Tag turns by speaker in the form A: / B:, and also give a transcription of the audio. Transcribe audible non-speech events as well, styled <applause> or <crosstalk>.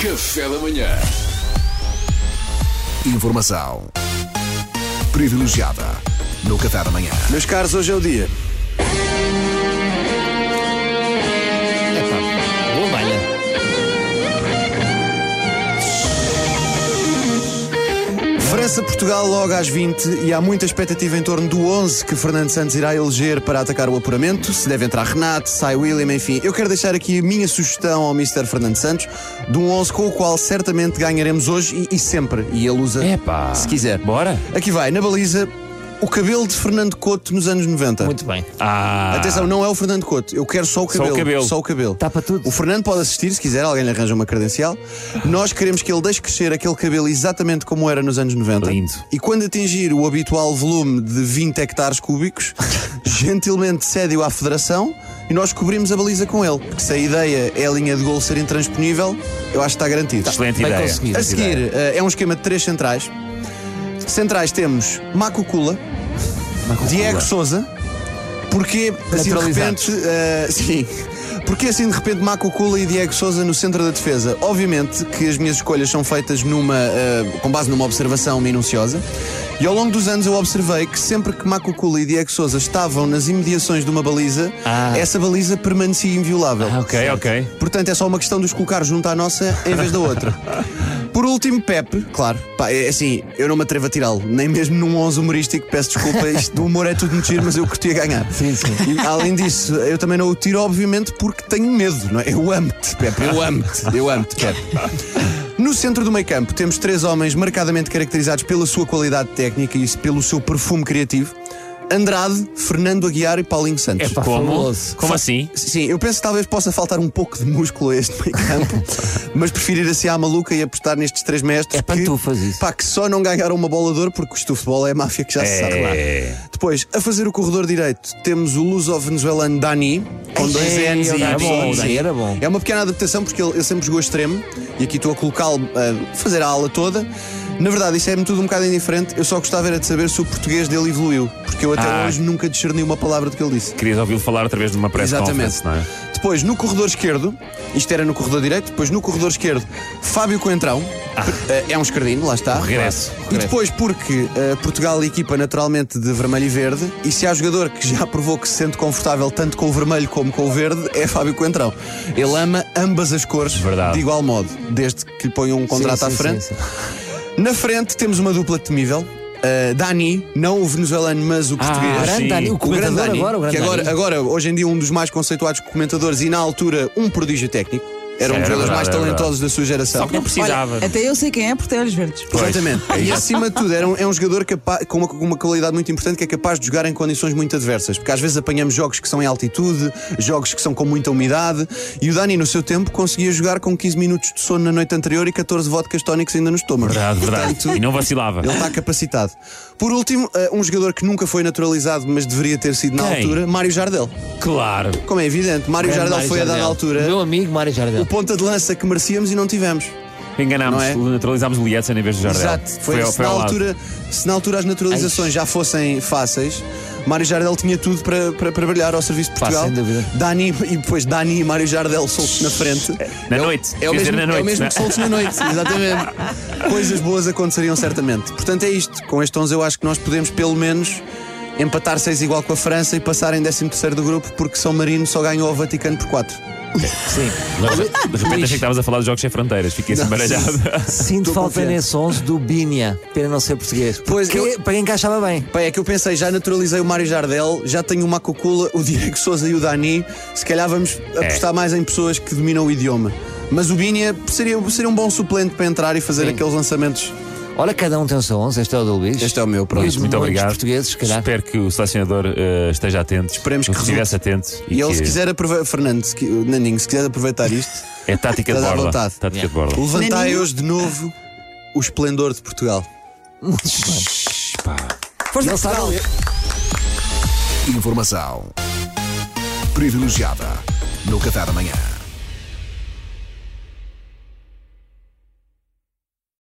A: Café da manhã. Informação privilegiada no Café da manhã.
B: Meus caros, hoje é o dia.
C: Boa malha.
B: França-Portugal logo às 20 e há muita expectativa em torno do 11 que Fernando Santos irá eleger para atacar o apuramento. Se deve entrar Renato, sai William, enfim. Eu quero deixar aqui a minha sugestão ao Mr. Fernando Santos de um 11 com o qual certamente ganharemos hoje e, e sempre. E ele usa
C: Epá.
B: se quiser.
C: É, Bora.
B: Aqui vai, na baliza, o cabelo de Fernando Couto nos anos 90.
C: Muito bem. Ah.
B: Atenção, não é o Fernando Couto. Eu quero só o cabelo.
C: o cabelo.
B: Só o cabelo.
C: Tapa tudo.
B: O Fernando pode assistir, se quiser, alguém lhe arranja uma credencial. Nós queremos que ele deixe crescer aquele cabelo exatamente como era nos anos 90.
C: Lindo.
B: E quando atingir o habitual volume de 20
C: <laughs>
B: hectares cúbicos, gentilmente cede-o à Federação e nós cobrimos a baliza com ele. Porque se a ideia é a linha de gol ser intransponível, eu acho que está garantido.
C: Excelente
D: Bem
C: ideia.
D: conseguido.
B: A seguir, eh, é um esquema de três centrais. Centrais temos Macucula, Diego Souza. Porque assim de
D: Naturalizados.
B: repente. eh, sim. Porque assim de repente Macucula e Diego Souza no centro da defesa? Obviamente que as minhas escolhas são feitas numa, eh, com base numa observação minuciosa. E ao longo dos anos eu observei que sempre que Macucula e Diego Souza estavam nas imediações de uma baliza,
C: Ah.
B: essa baliza permanecia inviolável.
C: Ah, ok, ok.
B: Portanto, é só uma questão de os colocar junto à nossa em vez da
D: <laughs>
B: outra. Por último, Pepe, claro, pá, é assim, eu não me atrevo a tirá-lo, nem mesmo num 11 humorístico, peço desculpa, isto do humor é tudo mentira, mas eu curti a ganhar.
D: Sim, sim.
B: E, além disso, eu também não o tiro, obviamente, porque tenho medo, não é? Eu amo-te, Pepe, eu amo-te, eu amo-te, Pepe. No centro do meio campo temos três homens marcadamente caracterizados pela sua qualidade técnica e pelo seu perfume criativo: Andrade, Fernando Aguiar e Paulinho Santos.
D: Epá,
C: Como?
D: fabuloso.
C: Como assim?
B: Sim, eu penso que talvez possa faltar um pouco de músculo a este meio
D: <laughs>
B: campo, mas preferir assim à maluca e apostar nestes três mestres.
D: É pantufas
B: que,
D: isso.
B: Pá, que só não ganharam uma bola de ouro porque isto o futebol é a máfia que já se sabe.
D: É.
B: Depois, a fazer o corredor direito, temos o luso-venezuelano Dani, com dois
D: Ei,
B: anos
D: o
B: e
D: Dani.
B: Y.
D: Era bom, o Dani era bom.
B: É uma pequena adaptação porque ele, ele sempre jogou extremo e aqui estou a colocá-lo a fazer a ala toda. Na verdade, isso é-me tudo um bocado indiferente. Eu só gostava era de saber se o português dele evoluiu, porque eu até
C: Ah.
B: hoje nunca discerni uma palavra do que ele disse.
C: Querias ouvi-lo falar através de uma press
B: Exatamente.
C: conference, não é?
B: Depois, no corredor esquerdo, isto era no corredor direito, depois no corredor esquerdo, Fábio Coentrão, eh, é um esquerdino, lá está.
C: Ah. regresso.
B: E depois, porque eh, Portugal é equipa naturalmente de vermelho e verde, e se há jogador que já provou que se sente confortável tanto com o vermelho como com o verde, é Fábio Coentrão. Ele ama ambas as cores
C: Verdade.
B: de igual modo, desde que lhe ponham um contrato
D: sim,
B: à
D: sim,
B: frente.
D: sim.
B: Na frente temos uma dupla temível. eh, Dani, não o venezuelano, mas o português.
D: grande
C: Ah, sim.
D: Dani, o
B: O grande
D: comentador
B: Dani,
D: agora, o grande
B: que agora,
D: Dani.
B: agora, hoje em dia, um dos mais conceituados comentadores e, na altura, um prodígio técnico. Era um
C: Era
B: dos jogadores mais
C: verdade, era
B: talentosos da sua
C: Só
B: geração.
C: que não precisava.
E: Olha, até eu sei quem é por ter olhos verdes.
B: Exatamente. E acima de tudo, era um, é um jogador capa- com, uma, com uma qualidade muito importante que é capaz de jogar em condições muito adversas. Porque às vezes apanhamos jogos que são em altitude, jogos que são com muita umidade. E o Dani, no seu tempo, conseguia jogar com 15 minutos de sono na noite anterior e 14 vodkas tónicos ainda no estômago.
C: Verdade, verdade. E não vacilava.
B: Ele está capacitado. Por último, eh, um jogador que nunca foi naturalizado, mas deveria ter sido na
C: Quem?
B: altura, Mário Jardel.
C: Claro.
B: Como é evidente, Mário
D: Grande
B: Jardel
D: Mário
B: foi a dada
D: Jardel.
B: altura
D: Meu amigo Mário Jardel.
B: o ponta de lança que merecíamos e não tivemos.
C: Enganámos,
B: Não é?
C: naturalizámos o Lietzen em vez de Jardel.
B: Exato. Foi,
C: ao-
B: se, na
C: ao lado.
B: altura, se na altura as naturalizações já fossem fáceis, Mário Jardel tinha tudo para, para, para brilhar ao serviço de
D: Pá,
B: Portugal.
D: sem dúvida.
B: Dani, e depois Dani e Mário Jardel soltos na frente.
C: Na
B: É o-
C: noite.
B: É o
C: Quer dizer,
B: mesmo,
C: na
B: é o
C: noite,
B: mesmo
C: não é?
B: que soltos na noite. Exatamente. Coisas boas aconteceriam certamente. Portanto, é isto. Com este 11 eu acho que nós podemos, pelo menos. Empatar 6 igual com a França e passar em 13 do grupo porque São Marino só ganhou ao Vaticano por 4.
D: Sim.
C: De repente achei que estavas a falar de Jogos Sem Fronteiras. Fiquei assim baralhado.
D: Sinto
B: Estou
D: falta
B: confiante.
D: nesse 11 do Binia, pena não ser português.
B: Pois,
D: que,
B: eu-
D: Para quem encaixava bem.
B: Pá, é que eu pensei, já naturalizei o Mário Jardel, já tenho o Macucula, o Diego Souza e o Dani. Se calhar vamos apostar mais em pessoas que dominam o idioma. Mas o Binha seria, seria um bom suplente para entrar e fazer aqueles lançamentos.
D: Olha, cada um tem o seu 11. Este é o do Luís.
B: Este é o meu, pronto.
C: <laughs>
D: Luís,
C: Muito
D: muitos
C: obrigado.
D: portugueses, se calhar.
C: Espero que o selecionador eh, esteja atento.
B: Esperemos que
C: estivesse atento.
B: E, ele,
C: que
B: se quiser aproveitar, Fernando, se, qui- Naninho, se quiser aproveitar isto,
C: É tática de
B: Estás à
C: borla.
B: vontade.
C: Tática de borla.
B: levantai
E: Naninho?
B: hoje de novo o esplendor de Portugal. é
D: <laughs> Força, Gonçalo.
A: Informação privilegiada no Café da manhã.